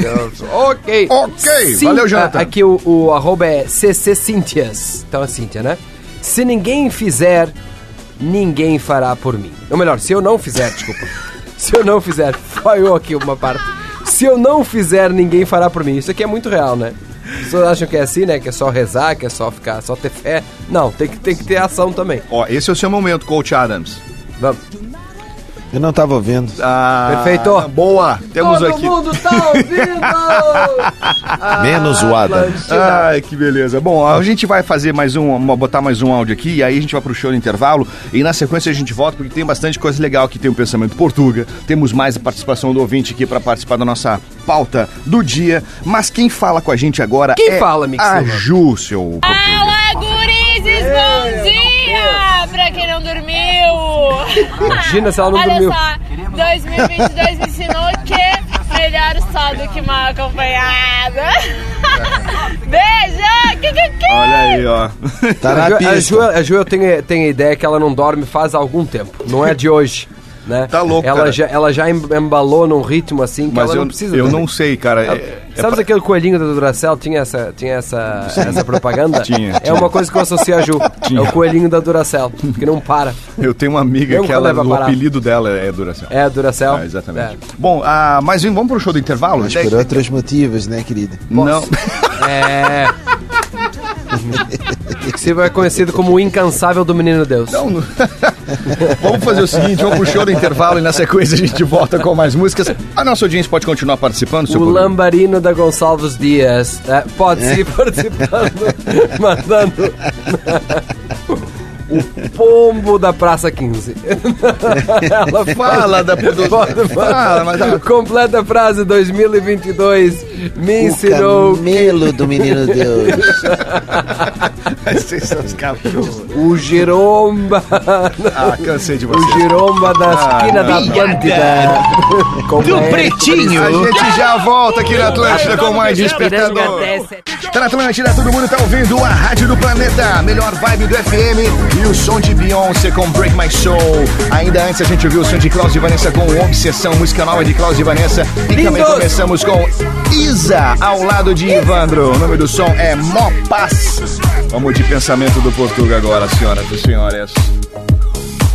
Ok. Ok, Sim, valeu, Jonathan. a- Aqui o, o arroba é CC Cintias. Então é Cintia, né? Se ninguém fizer, ninguém fará por mim. Ou melhor, se eu não fizer, desculpa. Se eu não fizer, falhou aqui uma parte. Se eu não fizer, ninguém fará por mim. Isso aqui é muito real, né? As pessoas acham que é assim, né? Que é só rezar, que é só ficar, só ter fé. Não, tem que, tem que ter ação também. Ó, esse é o seu momento, Coach Adams. Vamos. Eu não tava ouvindo. Ah, Perfeito. Boa, temos Todo aqui. mundo tá ouvindo! Menos zoada. Ai, que beleza. Bom, a gente vai fazer mais um, uma- botar mais um áudio aqui, e aí a gente vai pro show no intervalo, e na sequência a gente volta, porque tem bastante coisa legal aqui, tem o Pensamento Portuga, temos mais a participação do ouvinte aqui pra participar da nossa pauta do dia, mas quem fala com a gente agora Quem é fala, Mixila? a Ju, seu... Fala, gurizes, bom dia! Pra quem não dormiu! Imagina se ela não Olha dormiu. só, 2022 me ensinou que melhor só do que mal acompanhada. Beijo! Que, que, que. aí, ó. Tá a, na Ju, a, pista. Ju, a Ju, eu tenho, tenho a ideia que ela não dorme faz algum tempo. Não é de hoje. Né? Tá louco, ela cara. já Ela já em- embalou num ritmo assim que Mas ela eu, não precisa. eu dormir. não sei, cara. Ela- É- é Sabe pra- aquele coelhinho da Duracell? Tinha essa, tinha essa, essa propaganda? Tinha, É tinha. uma coisa que eu associo a Ju. Tinha. É o coelhinho da Duracell, que não para. Eu tenho uma amiga Mesmo que quando ela, leva o barato. apelido dela é Duracell. É a Duracell. Ah, exatamente. Bom, ah, mas vamos pro show do intervalo? Mas por outros motivos, né, querida? Não. É. Você vai conhecido como o incansável do Menino Deus. Não, não. Vamos fazer o seguinte, vamos pro show do intervalo e na sequência a gente volta com mais músicas. A nossa audiência pode continuar participando, seu O programa. Lambarino da Gonçalves Dias. É, pode se ir participando, mandando. o pombo da Praça 15. Ela Fala da produ- Fala, Ah, mas a- Completa a frase 2022 me ensinou. camelo do Menino Deus. Vocês são os cachorros. O giromba. Ah, cansei de você. O giromba Ah, da esquina da Piada Atlântida. Como é? A gente já volta aqui na Atlântida com mais despertador. Tá na Atlântida, todo mundo tá ouvindo a Rádio do Planeta, a melhor vibe do FM e o som de Beyoncé com Break My Soul. Ainda antes a gente ouviu o som de Klaus e Vanessa com Obsessão, música nova de Klaus e Vanessa. E também Lindos! começamos com Isa ao lado de Ivandro. O nome do som é Mó Paz. Vamos de pensamento do Portuga agora, senhoras e senhores.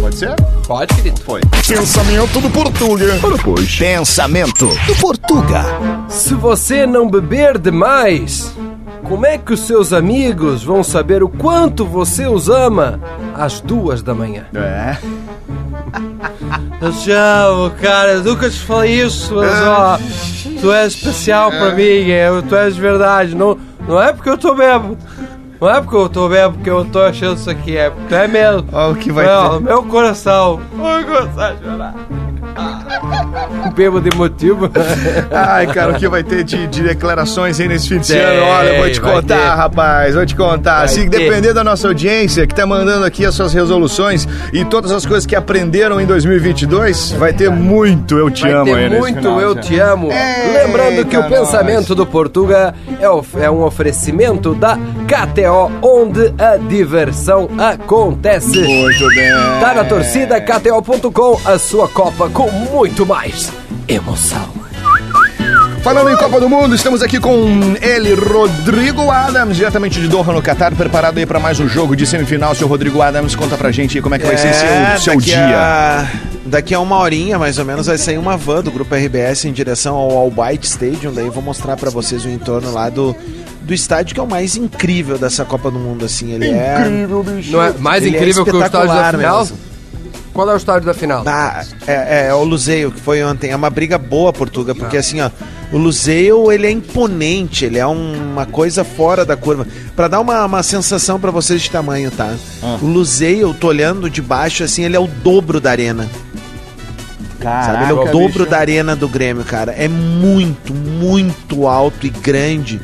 Pode ser? Pode, querido. Foi. Pensamento do Portuga. Pois. Pensamento do Portuga. Se você não beber demais, como é que os seus amigos vão saber o quanto você os ama às duas da manhã? É. Eu te amo, oh, cara. Eu nunca te falei isso, mas Ah. ó, tu és especial pra mim, eu, tu és de verdade. Não, não é porque eu tô bebo. Não é porque eu tô bebo que eu tô achando isso aqui, é porque tu é mesmo. Olha o que vai Não, ter. meu coração. Vou começar a chorar. Ah. Bebo de motivo. Ai, cara, o que vai ter de, de declarações aí nesse fim de Tem, ano? Olha, eu vou te É, vai contar, ter. rapaz, vou te contar. Vai Se ter. depender da nossa audiência, que tá mandando aqui as suas resoluções e todas as coisas que aprenderam em 2022, vai ter muito eu te Vai amo É. ter aí nesse muito final, eu já. te amo. Lembrando que o pensamento do Portuga é, of- é um oferecimento da KTO, onde a diversão acontece. Muito bem. Tá na torcida KTO.com, a sua Copa com muito mais emoção. Falando em Copa do Mundo, estamos aqui com ele, Rodrigo Adams, diretamente de Doha, no Catar, preparado aí pra mais um jogo de semifinal. Seu Rodrigo Adams, conta pra gente aí como é que vai ser É, seu, seu daqui dia. a- daqui a uma horinha, mais ou menos, vai sair uma van do grupo RBS em direção ao Albright Stadium. Daí eu vou mostrar pra vocês o entorno lá do, do estádio que é o mais incrível dessa Copa do Mundo, assim. Ele Incrível, é. bicho. Não é mais incrível que o estádio da espetacular final? mesmo. Qual é o estádio da final? Ah, é, é, é o Luseio que foi ontem. É uma briga boa, Portuga, porque assim, ó, o Luseio ele é imponente, ele é um- uma coisa fora da curva. Pra dar uma, uma sensação pra vocês de tamanho, tá? Ah. O Luseio, eu tô olhando de baixo, assim, ele é o dobro da arena. Sabe? Ele é o Caraca, dobro bicho. da arena do Grêmio, cara. É muito, muito alto e grande.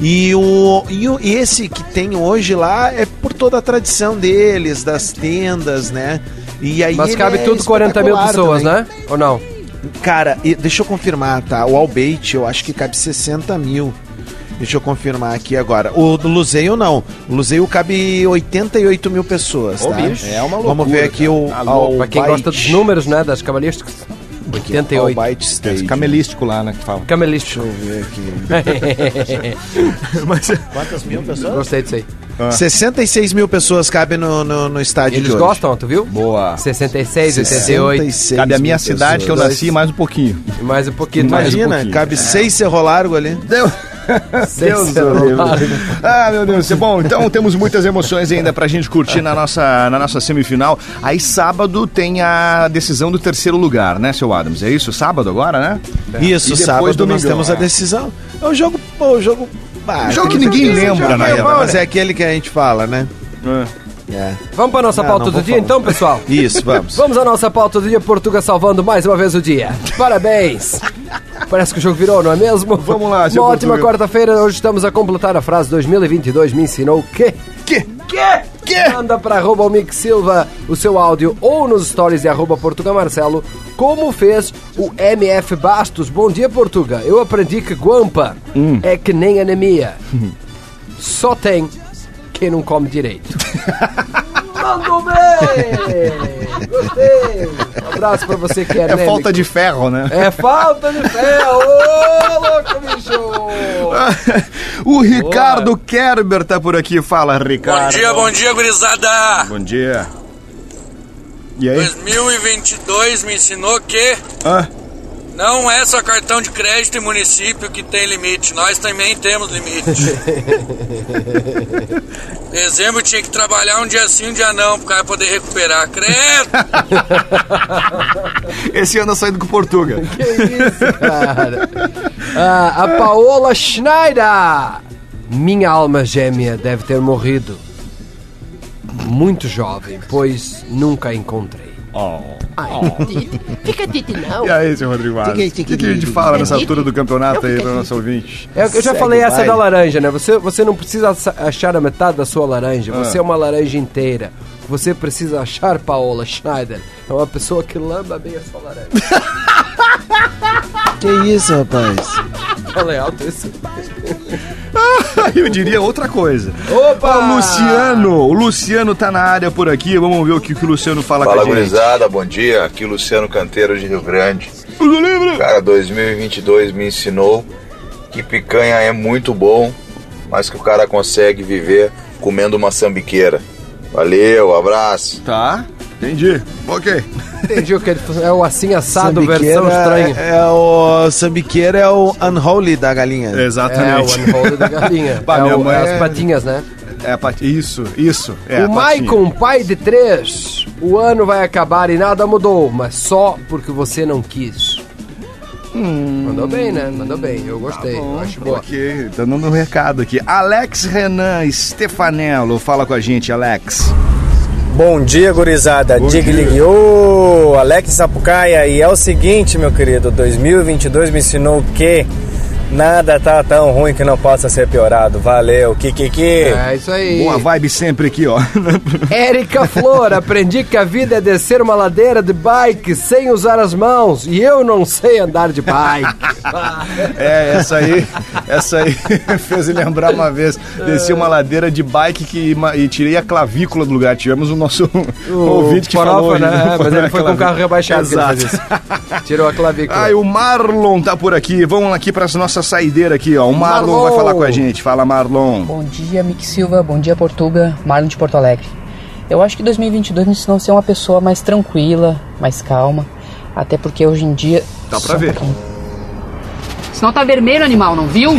E, o, e, o- e esse que tem hoje lá é por toda a tradição deles, das tendas, né? E aí Mas ele cabe é tudo 40 mil espetacular pessoas, também. né? Ou não? Cara, e- deixa eu confirmar, tá? O Albeit, eu acho que cabe 60 mil. Deixa eu confirmar aqui agora. O do Luzeio não. O Luzeio cabe 88 mil pessoas, Ô, tá? bicho. É uma Vamos loucura, ver aqui cara. o. Tá louco. Pra quem gosta dos números, né? Das cabalísticas. 88. Stage. Camelístico lá, né? Que fala. Camelístico. Deixa eu ver aqui. Quantas mil pessoas? Gostei disso aí. 66 mil pessoas cabem no, no, no estádio Eles de hoje. gostam, tu viu? Boa. 66, 88. Cabe a minha cidade que eu Dois. nasci mais um pouquinho. Mais um pouquinho. Mais um Imagina, pouquinho. cabe seis cerro largo ali. Deu. Seis Deus do cerro livre. largo. Ah, meu Deus. Bom, então temos muitas emoções ainda pra gente curtir na nossa, na nossa semifinal. Aí sábado tem a decisão do terceiro lugar, né, seu Adams? É isso? Sábado agora, né? Isso, E depois sábado nós domingão, temos a é. decisão. É um jogo, pô, um jogo. Ah, Um jogo que aquele ninguém joguinho, lembra, joguinho na bom, real, Mas né? é aquele que a gente fala, né? É. Vamos pra nossa Não, pauta não do vou dia falar. então, pessoal? Isso, vamos. Vamos à nossa pauta do dia, Portugal salvando mais uma vez o dia. Parabéns! Parece que o jogo virou, não é mesmo? Vamos lá, seu Uma ótima Portuga. quarta-feira, hoje estamos a completar a frase 2022 me ensinou o quê? Que? Que? Que? Manda para arroba o Mick Silva o seu áudio ou nos stories de arroba Portuga Marcelo, como fez o MF Bastos. Bom dia, Portuga. Eu aprendi que guampa é que nem anemia. Só tem quem não come direito. Mandou bem! Gostei! Um abraço pra você que é É anêmico. falta de ferro, né? É falta de fé! Ô, louco, bicho! O Ricardo Kerber tá por aqui. Fala, Ricardo. Bom dia, bom dia, gurizada! Bom dia. E aí? 2022 me ensinou que Ah, não é só cartão de crédito e município que tem limite, nós também temos limite. Dezembro tinha que trabalhar um dia sim, um dia não, pro cara poder recuperar. Credo! esse ano eu saindo com Portuga. Cara. Ah, a Paola Schneider! Minha alma gêmea deve ter morrido. Muito jovem, pois nunca a encontrei. Ai, fica titi não. E aí, seu Rodrigo Matos? O Tique, que, tique, é que é a gente tique, fala tique, nessa tique. altura do campeonato aí para nosso ouvinte? É, Eu, já falei essa da laranja, né? Você, você não precisa acha- achar a metade da sua laranja, Ah. você é uma laranja inteira. Você precisa achar Paola Schneider. É uma pessoa que lamba bem a sua laranja. Que isso, rapaz? Ela é alto isso. Eu diria outra coisa. Opa! O Luciano, o Luciano tá na área por aqui. Vamos ver o que, que o Luciano fala, Fala, com a gente. gurizada, bom dia. Aqui é Luciano Canteiro de Rio Grande. Cara, 2022 me ensinou que picanha é muito bom, mas que o cara consegue viver comendo uma sambiqueira. Valeu, abraço. Tá, entendi. Ok. Entendi o que ele falou. É o assim assado Sambiqueira versão estranha. É, é o sambiqueira é o unholy da galinha. É o unholy da galinha. Pá, é minha o- mãe as é- patinhas, né? É, a Pat- isso, isso. É, a o Patinha. Maicon, pai de três. O ano vai acabar e nada mudou, mas só porque você não quis. Mandou bem, né? Mandou bem. Eu gostei. eu acho boa. Ok, tá dando um recado aqui. Alex Renan Stefanello, fala com a gente, Alex. Bom dia, gurizada. Digliglio, Alex Sapucaia. E é o seguinte, meu querido, 2022 me ensinou que nada tá tão ruim que não possa ser piorado. Valeu, Kikiki. É isso aí. Boa vibe sempre aqui, ó. Érica Flor, aprendi que a vida é descer uma ladeira de bike sem usar as mãos. E eu não sei andar de bike. É, essa aí, essa aí fez eu lembrar uma vez. Desci uma ladeira de bike que, ma- e tirei a clavícula do lugar. Tivemos o nosso ouvinte que Farofa, falou. né? isso, É, mas ele foi com o carro rebaixado que ele Exato. fez isso. Tirou a clavícula. É Ai, o Marlon tá por aqui. Vamos aqui pra nossa saideira aqui, ó. O Marlon, Marlon. vai falar com a gente. Fala, Marlon. Bom dia, Mick Silva. Bom dia, Portuga. Marlon de Porto Alegre. Eu acho que 2022 me ensinou a ser uma pessoa mais tranquila, mais calma. Até porque hoje em dia. Dá Só pra um ver. pouquinho. Senão tá vermelho, animal, não viu?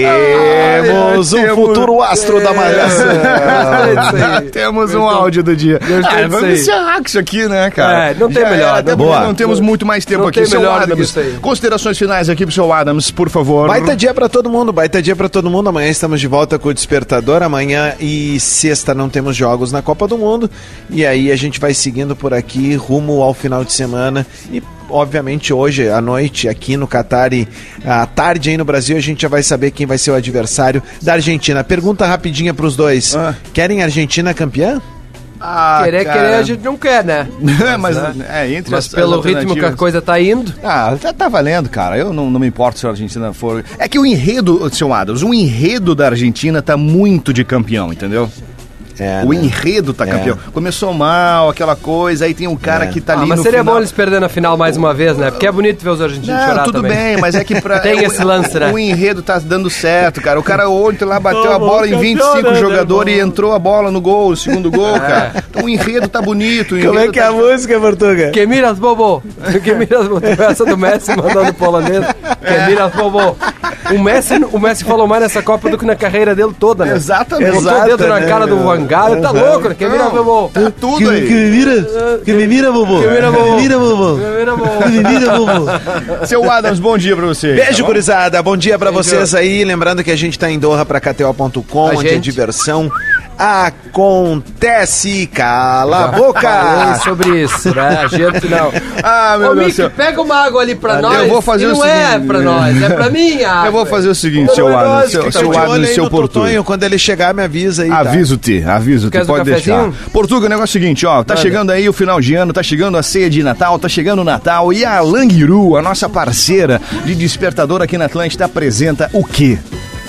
Temos um futuro astro da malhação. Temos um áudio do dia. Gostei Ah, disso vamos aí. encerrar com isso aqui, né, cara? É, não tem Já melhor, era, né? Até porque Boa. não temos muito mais tempo Não aqui. tem seu melhor do que Adams, isso aí. considerações finais aqui pro seu Adams, por favor. Baita dia pra todo mundo, baita dia pra todo mundo. Amanhã estamos de volta com o Despertador. Amanhã e sexta não temos jogos na Copa do Mundo. E aí a gente vai seguindo por aqui rumo ao final de semana. E obviamente, hoje à noite aqui no Catar e à tarde aí no Brasil, a gente já vai saber quem vai ser o adversário da Argentina. Pergunta rapidinha pros dois: querem a Argentina campeã? Ah, querer, querer, a gente não quer, né? mas é, entre Mas as- pelo as ritmo que a alternativas. coisa tá indo. Ah, tá, tá valendo, cara. Eu não, não me importo se a Argentina for. É que o enredo, seu Adams, o enredo da Argentina tá muito de campeão, entendeu? É, o né? enredo tá É. campeão. Começou mal, aquela coisa, aí tem um cara que tá ali. ah, mas no seria final. bom eles perderem na final mais uma vez, né? Porque é bonito ver os argentinos Não, chorar tudo também. bem, mas é que pra, Tem esse lance, né? o enredo tá dando certo, cara. O cara ontem lá bateu a bola em campeão, 25 né, jogadores e entrou a bola no gol, o segundo gol, cara. Então o enredo tá bonito. É. Como é que é a música, Portuga? Que miras, bobo! Que miras, bobo! Essa do Messi mandando polonês. É. Que miras, bobo! O Messi, o Messi falou mais nessa Copa do que na carreira dele toda, né? Exatamente. Botou o dedo na Exato, né, cara do meu? Vangal, tá Uhum. louco, né? Que miras, Não, bobo! tá tudo Que- aí. que me vira, que me vira, bobo! Que mira, bobo! Que me vira, bobo! Que mira, bobo! Que me vira, bobo! Seu Adams, bom dia pra você. Beijo, tá bom? gurizada. Bom dia pra Beijo. vocês aí. Lembrando que a gente tá em Doha pra KTO.com, A onde a gente? diversão acontece. Cala a Falei boca! É sobre isso, né? A gente não. Ah, meu Ô, Deus do Mick, céu. Ah, pega uma água ali pra Eu nós. vou fazer e o não é seguinte. pra nós, é pra mim. a Eu vou água. fazer o seguinte, Não seu é Adams, nós seu, que tá seu de olho Adams, aí seu no Portuga. Tonho, quando ele chegar, me avisa aí. tá? Aviso-te, aviso-te, Queres um pode deixar. cafezinho? Portuga, o negócio é o seguinte, ó, tá Manda. chegando aí o final de ano, tá chegando a ceia de Natal, tá chegando o Natal e a Langiru, a nossa parceira de despertador aqui na Atlântida, apresenta o quê?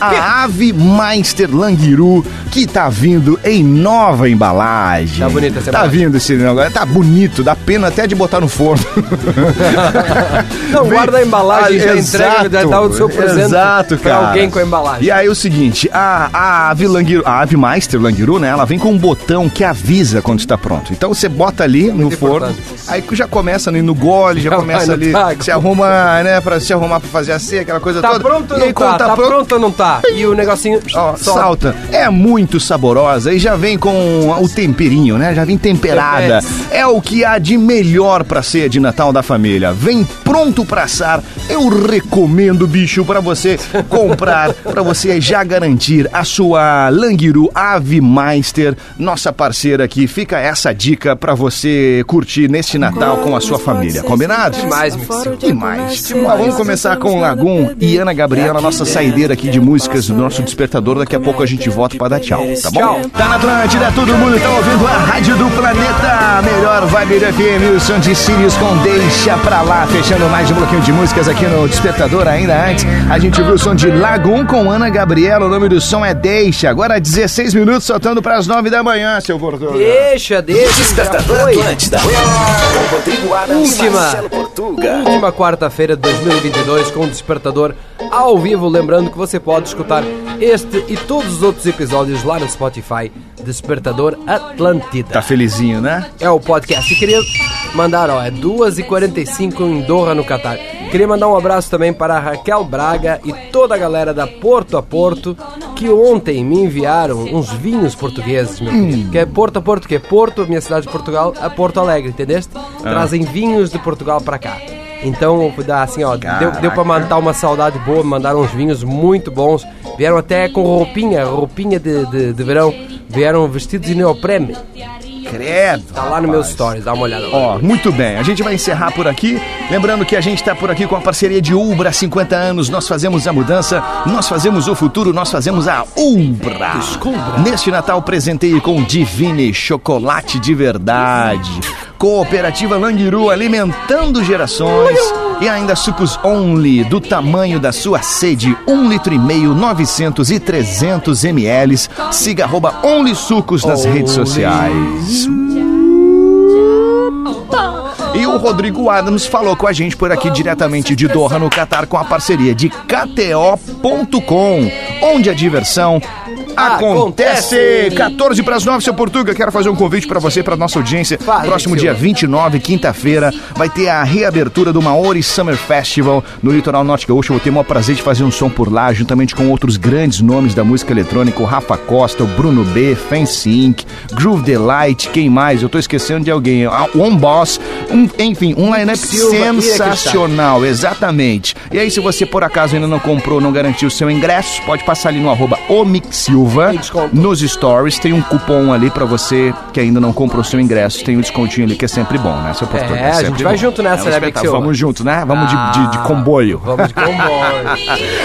A ave Meister Langiru, que tá vindo em nova embalagem. Tá bonita essa Tá embalagem. vindo esse negócio, tá bonito, dá pena até de botar no forno. Não, Vem- Ah, guarda a embalagem, já entrega, já dá o seu presente Exato, pra cara. alguém com a embalagem. E aí o seguinte, a, a ave Langiru, a ave Meister Langiru, né? Ela vem com um botão que avisa quando está pronto. Então você bota ali no forno, aí já começa ali no gole, já, Já vai começa no ali, taco. se arruma, né? Pra se arrumar pra fazer a ceia, aquela coisa Tá toda. pronto ou e aí, não quando tá? Tá pronto, ou não tá? E o negocinho ó, salta. É muito saborosa e já vem com o temperinho, né? Já vem temperada. É o que há de melhor pra ceia de Natal da família. Vem pronto pra assar. Eu recomendo, bicho, pra você comprar, pra você já garantir a sua Langiru Ave Meister, nossa parceira aqui. Fica essa dica pra você curtir neste Natal com a sua família. Combinado? Demais, Demais. Mas tipo, Vamos começar com Lagum e Ana Gabriela, nossa saideira aqui de músicas do nosso despertador. Daqui a pouco a gente volta pra dar tchau, tá bom? Tchau. Tá na Atlântida, todo mundo tá ouvindo a Rádio do Planeta. A Melhor vibe da FM, o som de Sirius com Deixa Pra Lá. Fechando mais um bloquinho de músicas aqui no Despertador. Ainda antes, a gente ouviu o som de Lagum com Ana Gabriela. O nome do som é Deixa. Agora 16 minutos, soltando pras 9 da manhã, seu Bordoga. Deixa, deixa. Despertador já foi. Atlântida. Com Rodrigo Adams e Marcelo Última. Última quarta-feira de 2022 com o Despertador ao vivo. Lembrando que você pode escutar este e todos os outros episódios lá no Spotify. Despertador Atlântida. Tá felizinho, né? É o podcast. E queria mandar, ó, é 2h45 em Doha, no Catar. Queria mandar um abraço também para a Raquel Braga e toda a galera da Porto a Porto que ontem me enviaram uns vinhos portugueses, meu Hum. querido. Que é Porto a Porto, que é Porto, minha cidade de Portugal, a Porto Alegre, entendeste? Ah. Trazem vinhos de Portugal para cá. Então, dá assim, ó, deu, deu pra Caraca. matar uma saudade boa, me mandaram uns vinhos muito bons. Vieram até com roupinha, roupinha de, de, de verão. Vieram vestidos de neoprene. Credo. Tá lá no meus stories, dá uma olhada lá. Ó, muito bem. A gente vai encerrar por aqui. Lembrando que a gente tá por aqui com a parceria de Ubra há 50 anos. Nós fazemos a mudança, nós fazemos o futuro, nós fazemos a Ubra. Neste Natal presenteie com Divine chocolate de verdade. Cooperativa Langiru alimentando gerações. E ainda sucos Only, do tamanho da sua sede, 1 litro e meio, 900 e 300 ml. Siga arroba Only Sucos nas redes sociais. E o Rodrigo Adams falou com a gente por aqui diretamente de Doha, no Catar, com a parceria de KTO.com, onde a diversão acontece. Acontece. 14 para as 9, seu Portuga. Quero fazer um convite para você, para nossa audiência. Próximo dia 29, quinta-feira, vai ter a reabertura do Maori Summer Festival no litoral norte gaúcho. Eu vou ter o maior prazer de fazer um som por lá, juntamente com outros grandes nomes da música eletrônica, o Rafa Costa, o Bruno B, Fancy Inc., Groove Delight, quem mais? Eu tô esquecendo de alguém. Ah, On Boss, um- enfim, um lineup Silva, Ira Cristal. sensacional sensacional, exatamente. E aí, se você por acaso ainda não comprou, não garantiu o seu ingresso, pode passar ali no arroba o Mixiovo Silva. Nos stories tem um cupom ali pra você que ainda não comprou seu ingresso. Tem um descontinho ali que é sempre bom, né? Seu português É, a gente sempre vai bom. junto nessa, um né, espetáculo. Bixiola? Vamos junto, né? Vamos de- de, de comboio. Vamos de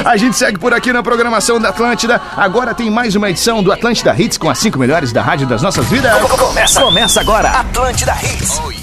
A gente segue por aqui na programação da Atlântida. Agora tem mais uma edição do Atlântida Hits com as cinco melhores da rádio das nossas vidas. Começa. Começa agora. Atlântida Hits.